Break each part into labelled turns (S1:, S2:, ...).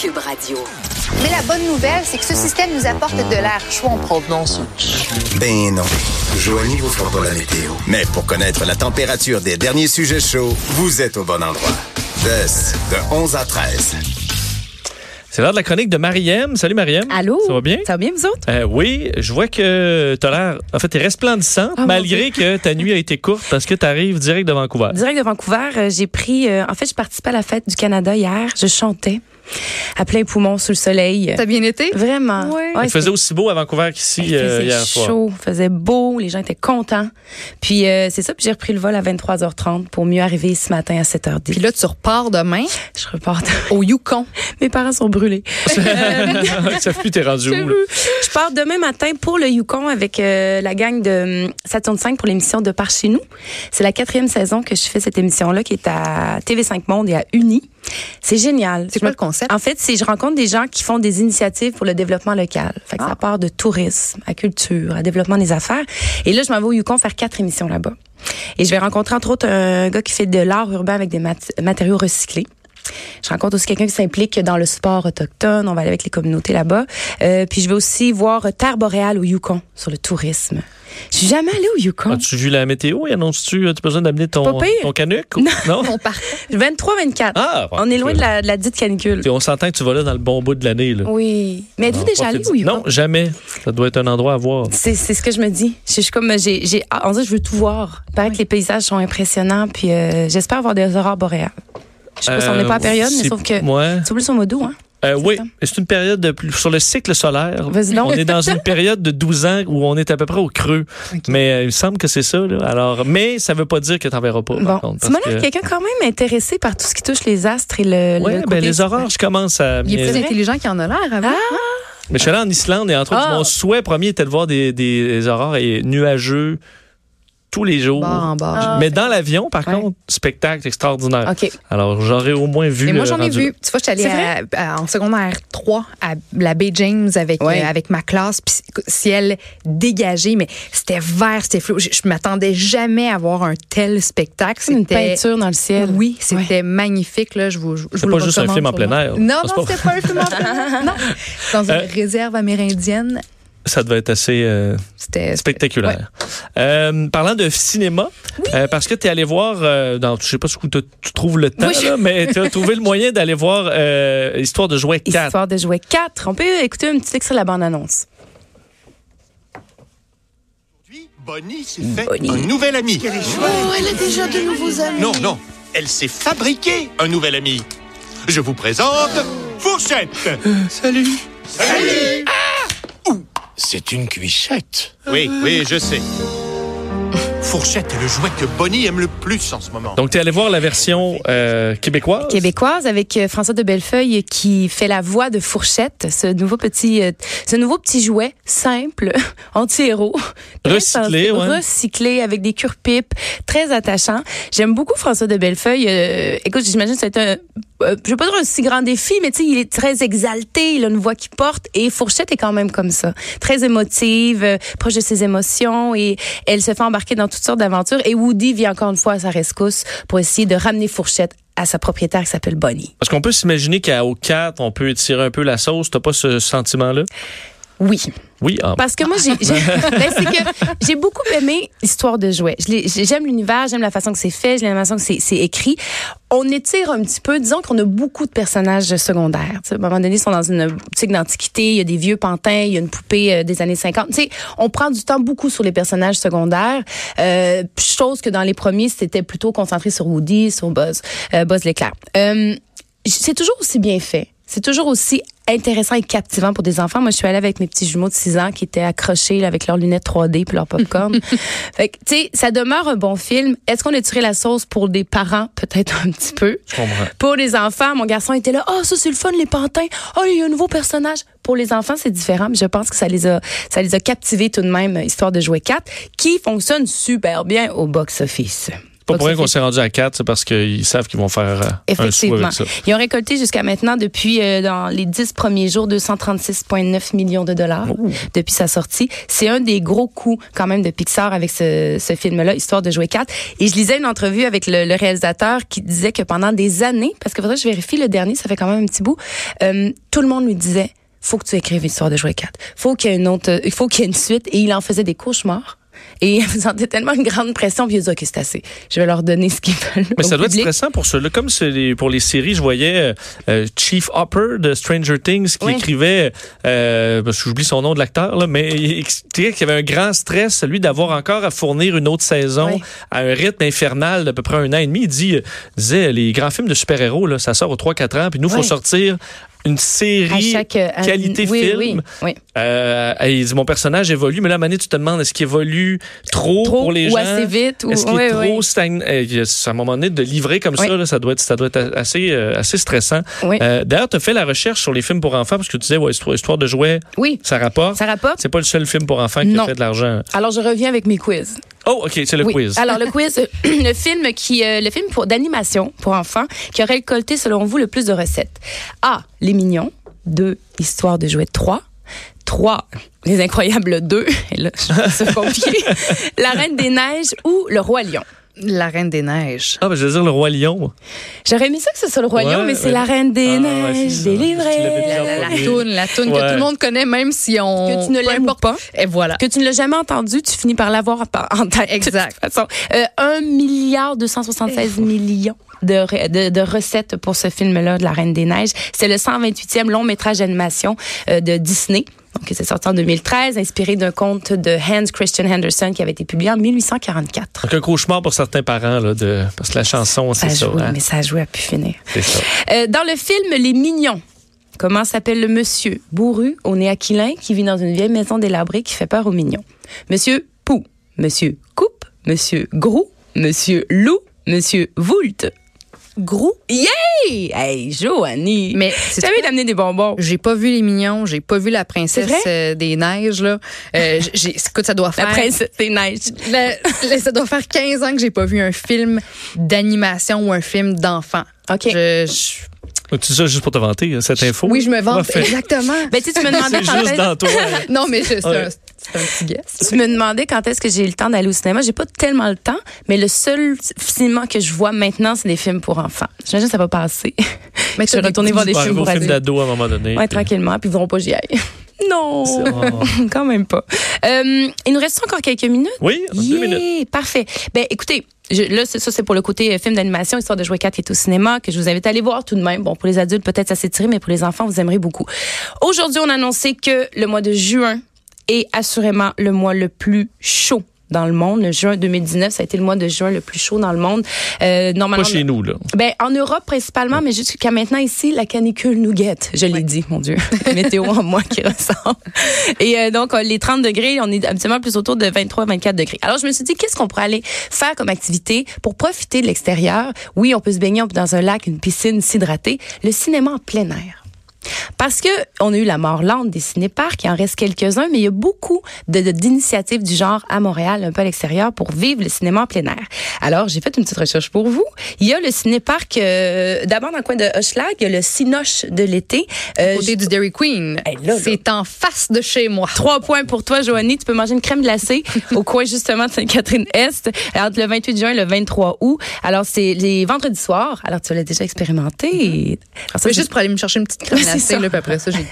S1: Cube Radio.
S2: Mais la bonne nouvelle, c'est que ce système nous apporte de l'air chaud en provenance.
S3: Ben non. Joignez vos pas la météo. Mais pour connaître la température des derniers sujets chauds, vous êtes au bon endroit. This, de 11 à 13.
S4: C'est l'heure de la chronique de Mariem. Salut Mariem.
S5: Allô?
S4: Ça va bien?
S5: Ça va bien, vous autres?
S4: Euh, oui, je vois que t'as l'air. En fait, t'es resplendissante
S5: Oh, mon
S4: malgré que ta nuit a été courte parce que t'arrives direct de Vancouver.
S5: Direct de Vancouver, euh, j'ai pris. euh, en fait, je participais à la fête du Canada hier. Je chantais à plein poumon sous le soleil.
S2: T'as bien été?
S5: Vraiment.
S2: Ouais.
S4: Il faisait
S5: c'était-
S4: aussi beau à Vancouver
S5: il
S4: qu'ici
S5: faisait
S4: euh, hier soir.
S5: chaud, il faisait beau, les gens étaient contents. Puis euh, c'est ça, puis j'ai repris le vol à 23h30 pour mieux arriver ce matin à 7h10.
S2: Puis là, tu repars demain
S5: je repars.
S2: au Yukon.
S5: Mes parents sont brûlés.
S4: Ils savent plus Ah, t'es rendu où. là.
S5: Je pars demain matin pour le Yukon avec euh, la gang de hum, Saturne 5 pour l'émission de Par chez nous. C'est la quatrième saison que je fais cette émission-là qui est à TV5 Monde et à Uni. C'est génial.
S2: C'est
S5: Je
S2: quoi
S5: me-
S2: le concept?
S5: En fait, c'est je rencontre des gens qui font des initiatives pour le développement local. Fait que
S2: Ah.
S5: Ça part de tourisme, à culture, à développement des affaires. Et là, je m'en vais au Yukon faire quatre émissions là-bas. Et je vais rencontrer entre autres un gars qui fait de l'art urbain avec des mat- matériaux recyclés. Je rencontre aussi quelqu'un qui s'implique dans le sport autochtone. On va aller avec les communautés là-bas. Euh, puis je vais aussi voir Terre boréale au Yukon sur le tourisme. Je suis jamais allée au Yukon.
S4: As-tu vu la météo et annonces-tu, as-tu besoin d'amener ton,
S5: Pas pire.
S4: ton canuc? ou- Non.
S2: On part.
S5: 23-24.
S4: Ah, bon,
S5: On est loin
S4: je-
S5: de la, de la dite canicule.
S4: T'sais, On s'entend que tu vas là dans le bon bout de l'année. là.
S5: Oui. Mais êtes-vous
S4: On
S5: déjà allé
S4: profite-
S5: au Yukon?
S4: Non, jamais. Ça doit être un endroit à voir.
S5: C'est, c'est ce que je me dis. Je, je suis comme j'ai j'ai ah, on dirait que je veux tout voir. Il paraît que les paysages sont impressionnants puis euh, j'espère avoir des aurores boréales. Je sais pas si on n'est pas à période mais
S4: Euh, c'est-
S5: sauf que
S4: Ouais.
S5: c'est plus au mois d'août hein.
S4: Euh, oui,
S5: ça.
S4: c'est une période de plus- sur le cycle solaire.
S5: Vas-y donc.
S4: On est dans une période de 12 ans où on est à peu près au creux. Mais euh, il me semble que c'est ça. Là. Alors, mais ça veut pas dire que t'en verras pas.
S5: Bon,
S4: par contre,
S5: tu
S4: parce
S5: m'as l'air
S4: que-
S5: quelqu'un quand même intéressé par tout ce qui touche les astres et le,
S4: Ouais,
S5: le
S4: ben,
S5: côté-
S4: les aurores, je commence à.
S2: Il est
S4: Mais
S2: plus
S5: vrai?
S2: intelligent qu'il en a l'air avant.
S4: mais je suis allé en Islande et entre autres,
S5: Ah!
S4: mon souhait premier était de voir des, des, des aurores et nuageux tous les jours.
S2: Bord en bord.
S5: Ah.
S4: Mais dans l'avion, par
S5: Ouais.
S4: contre, spectacle extraordinaire.
S5: OK.
S4: Alors, j'aurais au moins vu.
S2: Mais moi,
S4: euh,
S2: j'en ai
S4: rendu
S2: vu.
S4: là.
S2: Tu vois, je suis
S5: C'est
S2: allée à- à- en secondaire 3 à la Bay James avec,
S5: Ouais.
S2: euh, avec ma classe, puis ciel dégagé, mais c'était vert, c'était flou. Je, je m'attendais jamais à voir un tel spectacle.
S5: Comme une
S2: C'était-
S5: peinture dans le ciel.
S2: Oui, c'était magnifique. Là, je vous, je vous
S4: C'est
S2: le
S4: pas juste un
S2: recommande
S4: film en plein
S2: sûrement.
S4: air.
S2: Non,
S4: C'est
S2: non,
S4: pas-
S2: c'était pas un film en plein air. Non. Dans une
S4: Euh,
S2: réserve amérindienne.
S4: Ça devait être assez. euh,
S2: C'était
S4: Spectaculaire. Euh, parlant de cinéma, euh, parce que tu es allé voir, euh, dans, je sais pas ce que tu trouves le temps,
S5: Oui, je-
S4: là, mais tu as trouvé le moyen d'aller voir euh, Histoire de jouer 4.
S5: Histoire de jouer 4. On peut écouter un petit extrait de la bande-annonce.
S6: Puis, Bonnie s'est fait un nouvel ami. Oh, elle a déjà de nouveaux amis. Non, non, elle s'est fabriquée un nouvel ami. Je vous présente Fourchette. Euh, salut. Ah. Salut.
S7: C'est une cuichette.
S6: Oui, oui, je sais. Fourchette est le jouet que Bonnie aime le plus en ce moment.
S4: Donc, tu es allé voir la version euh, québécoise.
S5: québécoise avec euh, François de Bellefeuille qui fait la voix de Fourchette, ce nouveau petit, euh, ce nouveau petit jouet simple, anti-héros, très
S4: Recyclé,
S5: sensé-
S4: ouais.
S5: recyclé avec des cure-pipes, très attachant. J'aime beaucoup François de Bellefeuille. Euh, écoute, j'imagine que c'est un, euh, je veux pas dire un si grand défi, mais tu sais, il est très exalté, il a une voix qui porte et Fourchette est quand même comme ça, très émotive, euh, proche de ses émotions et elle se fait embarquer dans toutes sortes d'aventures. Et Woody vit encore une fois à sa rescousse pour essayer de ramener Fourchette à sa propriétaire qui s'appelle Bonnie.
S4: Parce qu'on peut s'imaginer qu'au 4, on peut étirer un peu la sauce. T'as pas ce sentiment-là?
S5: Oui.
S4: Oui. ah,
S5: Parce que moi, j'ai, j'ai- ben, c'est que j'ai beaucoup aimé Histoire de jouets. Je l'ai- j'ai- j'aime l'univers, j'aime la façon que c'est fait, j'aime la façon que c'est, c'est écrit. On étire un petit peu. Disons qu'on a beaucoup de personnages secondaires. Tu sais, à un moment donné, ils sont dans une boutique d'antiquité, il y a des vieux pantins, il y a une poupée euh, des années 50. Tu sais, on prend du temps beaucoup sur les personnages secondaires. Euh, chose que dans les premiers, c'était plutôt concentré sur Woody, sur Buzz, euh, Buzz l'éclair. Euh, c'est toujours aussi bien fait. C'est toujours aussi intéressant et captivant pour des enfants. Moi, je suis allée avec mes petits jumeaux de 6 ans qui étaient accrochés là, avec leurs lunettes 3D puis leur popcorn. fait que, tu sais, ça demeure un bon film. Est-ce qu'on a tiré la sauce pour des parents? Peut-être un petit peu.
S4: je comprends.
S5: Pour les enfants, mon garçon était là. Oh, ça, c'est le fun, les pantins. Oh, il y a un nouveau personnage. Pour les enfants, c'est différent. mais Je pense que ça les a, ça euh, les a captivés tout de même, histoire de jouer 4, qui fonctionne super bien au box-office.
S4: Pas
S5: Donc,
S4: pour rien
S5: ça
S4: qu'on
S5: fait-
S4: s'est rendu à 4, c'est parce qu'ils savent qu'ils vont faire euh, un sou
S5: Effectivement.
S4: avec ça.
S5: Ils ont récolté jusqu'à maintenant, depuis euh, dans les 10 premiers jours, 236,9 millions de dollars
S4: Oh.
S5: depuis sa sortie. C'est un des gros coups quand même de Pixar avec ce, ce film-là, Histoire de jouer 4. Et je lisais une entrevue avec le, le réalisateur qui disait que pendant des années, parce que faudrait que je vérifie le dernier, ça fait quand même un petit bout, euh, tout le monde lui disait, faut que tu écrives Histoire de jouer 4. Faut qu'il y ait une autre, euh, faut qu'il y ait une suite. Et il en faisait des cauchemars. Et il sentait tellement une grande pression, puis il a dit, OK, c'est assez. Je vais leur donner ce qu'ils veulent.
S4: Mais
S5: au
S4: ça doit être
S5: public.
S4: stressant pour ceux-là. Comme c'est les- pour les séries, je voyais euh, euh, Chief Hopper de Stranger Things qui
S5: Ouais.
S4: écrivait, euh, parce que j'oublie son nom de l'acteur, là, mais il expliquait qu'il y avait un grand stress, celui d'avoir encore à fournir une autre saison
S5: Ouais.
S4: à un rythme infernal d'à peu près un an et demi. Il dit, euh, disait, les grands films de super-héros, là, ça sort aux 3-4 ans, puis nous, il
S5: Ouais.
S4: faut sortir une série
S5: euh, à-
S4: qualité
S5: oui,
S4: film.
S5: Oui, oui.
S4: Euh, et il dit, mon personnage évolue, mais là, à un moment donné, tu te demandes, est-ce qu'il évolue trop,
S5: Trop
S4: pour les
S5: ou
S4: gens?
S5: assez vite. Ou,
S4: Est-ce qu'il
S5: oui,
S4: est
S5: oui.
S4: trop stagnant? Euh, c'est À un moment donné, de livrer comme
S5: Oui.
S4: ça, là, ça, doit être, ça doit être a- assez, euh, assez stressant.
S5: Oui.
S4: Euh, D'ailleurs, tu as fait la recherche sur les films pour enfants parce que tu disais, ouais, histoire, Histoire de jouets,
S5: Oui,
S4: ça rapporte.
S5: ça rapporte.
S4: C'est pas le seul film pour enfants qui a
S5: Non.
S4: fait de l'argent.
S5: Alors, je reviens avec mes quiz.
S4: Oh, OK, c'est le
S5: Oui.
S4: quiz.
S5: Alors, le quiz, euh, le film qui, euh, le film pour d'animation pour enfants qui a récolté, selon vous, le plus de recettes. A. Les Mignons. 2. Histoire de jouets 3. 3. Les Incroyables 2. Et là, c'est compliqué. La Reine des Neiges ou Le Roi Lion.
S2: La Reine des Neiges.
S4: Ah, ben, je veux dire, le Roi Lion.
S5: J'aurais aimé ça que ce soit Le Roi
S4: Ouais,
S5: Lion, mais c'est
S4: ouais.
S5: La Reine des
S4: Ah, ouais, c'est
S5: Neiges
S4: ça. Tu l'avais
S5: délivrée.
S4: déjà
S2: La, la, la toune, la toune
S4: Ouais.
S2: que tout le monde connaît, même si on.
S5: Que tu ne
S2: peu
S5: l'aimes ou
S2: importe.
S5: pas.
S2: Et voilà.
S5: que tu ne l'as jamais entendu, tu finis par l'avoir par- en tête.
S2: Exact.
S5: De toute façon, euh, 1 milliard 276 millions de, re- de, de recettes pour ce film-là de La Reine des Neiges. C'est le 128e long métrage d'animation euh, de Disney. Donc, c'est sorti en 2013, inspiré d'un conte de Hans Christian Andersen qui avait été publié en 1844.
S4: Donc, un cauchemar pour certains parents, là, de, parce que la chanson,
S5: Ça
S4: c'est
S5: a
S4: ça.
S5: joué,
S4: hein.
S5: mais ça a joué à pu finir.
S4: C'est ça.
S5: Euh, dans le film Les Mignons, comment s'appelle le monsieur bourru au nez aquilin qui vit dans une vieille maison délabrée qui fait peur aux mignons? Monsieur Pou, Monsieur Coupe, Monsieur Grou, Monsieur Loup, Monsieur Voult. Grou? Yay! Hey, Joanie!
S2: Mais
S5: tu
S2: c'est
S5: t'avais d'amener des bonbons.
S2: J'ai pas vu les mignons, j'ai pas vu la princesse
S5: C'est vrai?
S2: euh, des neiges là. Euh, j'ai, écoute, ça doit
S5: La
S2: faire.
S5: princesse des neiges.
S2: Le- le- ça doit faire 15 ans que j'ai pas vu un film d'animation ou un film d'enfant.
S5: OK.
S2: Je- je-
S4: Donc, Tu dis ça juste pour te vanter, hein, cette info.
S2: oui, je me vante.
S4: Parfait.
S2: Exactement.
S5: Ben, tu sais, tu me demandais
S4: C'est
S5: quand
S4: juste
S5: est-ce-
S4: dans toi. hein.
S2: non, mais je- c'est,
S4: Ouais.
S2: un, c'est un petit guess.
S5: Tu me demandais quand est-ce que j'ai eu le temps d'aller au cinéma. J'ai pas tellement le temps, mais le seul cinéma que je vois maintenant, c'est des films pour enfants. J'imagine que ça va passer.
S2: Mais
S5: je suis
S2: t'as
S5: retournée voir des
S4: Pas
S5: films
S4: arrivé au
S5: pour
S4: film
S5: adultes.
S4: d'ado à un moment donné.
S5: Ouais,
S4: puis-
S5: tranquillement, puis ils voudront pas que j'y aille. Non,
S4: Oh.
S5: quand même pas. Euh, il nous reste encore quelques minutes.
S4: Oui, en deux
S5: Yeah,
S4: minutes.
S5: Parfait. Ben écoutez, je- là c'est- ça c'est pour le côté euh, film d'animation, histoire de jouer 4 qui est au cinéma que je vous invite à aller voir tout de même. Bon pour les adultes peut-être ça s'étire mais pour les enfants vous aimerez beaucoup. Aujourd'hui on a annoncé que le mois de juin est assurément le mois le plus chaud dans le monde. Le juin 2019 ça a été le mois de juin le plus chaud dans le monde. Euh,
S4: Pas
S5: normalement
S4: chez nous, là.
S5: ben, en Europe principalement, mais jusqu'à maintenant ici, la canicule nous guette. Je l'ai dit, mon Dieu. Météo en moi qui ressort. Et euh, donc, euh, les 30 degrés, on est habituellement plus autour de 23-24 degrés. Alors, je me suis dit, qu'est-ce qu'on pourrait aller faire comme activité pour profiter de l'extérieur? Oui, on peut se baigner on peut dans un lac, une piscine, s'hydrater. Le cinéma en plein air. Parce que on a eu la mort lente des cinéparcs, il en reste quelques-uns, mais il y a beaucoup de- de- d'initiatives du genre à Montréal, un peu à l'extérieur, pour vivre le cinéma en plein air. Alors, j'ai fait une petite recherche pour vous. Il y a le cinéparc, euh, d'abord dans le coin de Hochelag, il y a le Cinoche de l'été. Euh,
S2: Côté du Dairy Queen.
S5: Hey, là, là.
S2: C'est en face de chez moi.
S5: Trois points pour toi, Joanie. Tu peux manger une crème glacée au coin justement de Sainte-Catherine-Est entre le 28 juin et le 23 août. Alors, c'est les vendredis soirs. Alors, tu l'as déjà expérimenté. Alors, ça,
S2: Mais
S5: c'est-
S2: juste pour aller me chercher une petite crème
S5: Oui, c'est
S2: glacée,
S5: ça.
S2: là, puis après ça, j'ai.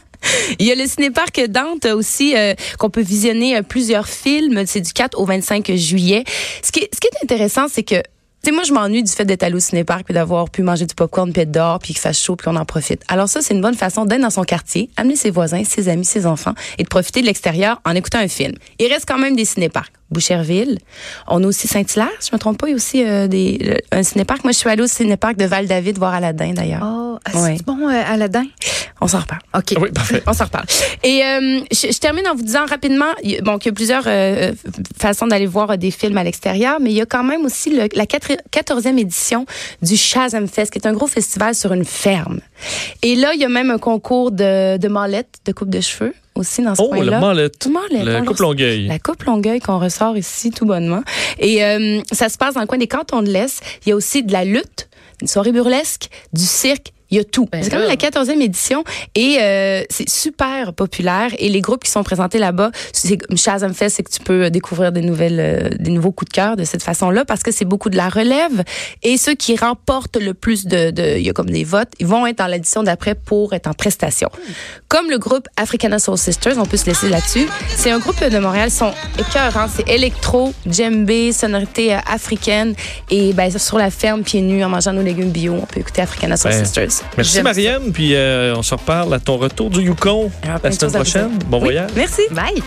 S5: Il y a le cinéparc Dante aussi, euh, qu'on peut visionner euh, plusieurs films. C'est du 4 au 25 juillet. Ce qui, est- ce qui est intéressant, c'est que tu sais, moi, je m'ennuie du fait d'être allé au cinéparc puis d'avoir pu manger du popcorn puis être dehors puis qu'il fasse chaud puis qu'on en profite. Alors ça, c'est une bonne façon d'être dans son quartier, amener ses voisins, ses amis, ses enfants et de profiter de l'extérieur en écoutant un film. Il reste quand même des cinéparcs. Boucherville. On a aussi Saint-Hilaire, si je me trompe pas. Il y a aussi euh, des, le- un cinéparc. Moi, je suis allée au cinéparc de Val-David voir Aladdin, d'ailleurs.
S2: Oh,
S5: ah, c'est euh, Ouais.
S2: bon, Aladdin?
S5: On s'en reparle.
S2: OK.
S4: Ah Oui, parfait.
S5: On s'en reparle. Et euh, je, je termine en vous disant rapidement, il y a- bon, qu'il y a plusieurs euh, euh, façons d'aller voir euh, des films à l'extérieur, mais il y a quand même aussi le- la quatri- 14e édition du Shazam Fest, qui est un gros festival sur une ferme. Et là, il y a même un concours de, de mallettes, de coupe de cheveux. aussi dans ce
S4: Oh,
S5: coin-là.
S4: le Molette.
S5: Le Molette,
S4: Le
S5: on
S4: couple
S5: le-
S4: Longueuil.
S5: La coupe Longueuil qu'on ressort ici tout bonnement. Et euh, ça se passe dans le coin des cantons de l'Est. Il y a aussi de la lutte, une soirée burlesque, du cirque. Il y a tout.
S4: Ben
S5: c'est quand même la 14e édition et euh, c'est super populaire. Et les groupes qui sont présentés là-bas, c'est comme Shazam Fest, c'est que tu peux euh, découvrir des nouvelles, euh, des nouveaux coups de cœur de cette façon-là parce que c'est beaucoup de la relève. Et ceux qui remportent le plus de, de- il y a comme des votes, ils vont être dans l'édition d'après pour être en prestation. Comme le groupe Africana Soul Sisters, on peut se laisser là-dessus. C'est un groupe de Montréal, ils sont écœurants. hein, C'est électro, djembé, sonorité euh, africaine. Et ben, sur la ferme, pieds nus, en mangeant nos légumes bio, on peut écouter Africana Soul
S4: Ben,
S5: Sisters.
S4: Merci,
S5: J'aime ça.
S4: Marianne. Puis euh, on se reparle à ton retour du Yukon
S5: Alors,
S4: la
S5: plein de
S4: semaine
S5: choses à vous
S4: prochaine.
S5: dire.
S4: Bon
S5: Oui,
S4: voyage.
S5: Merci.
S2: Bye.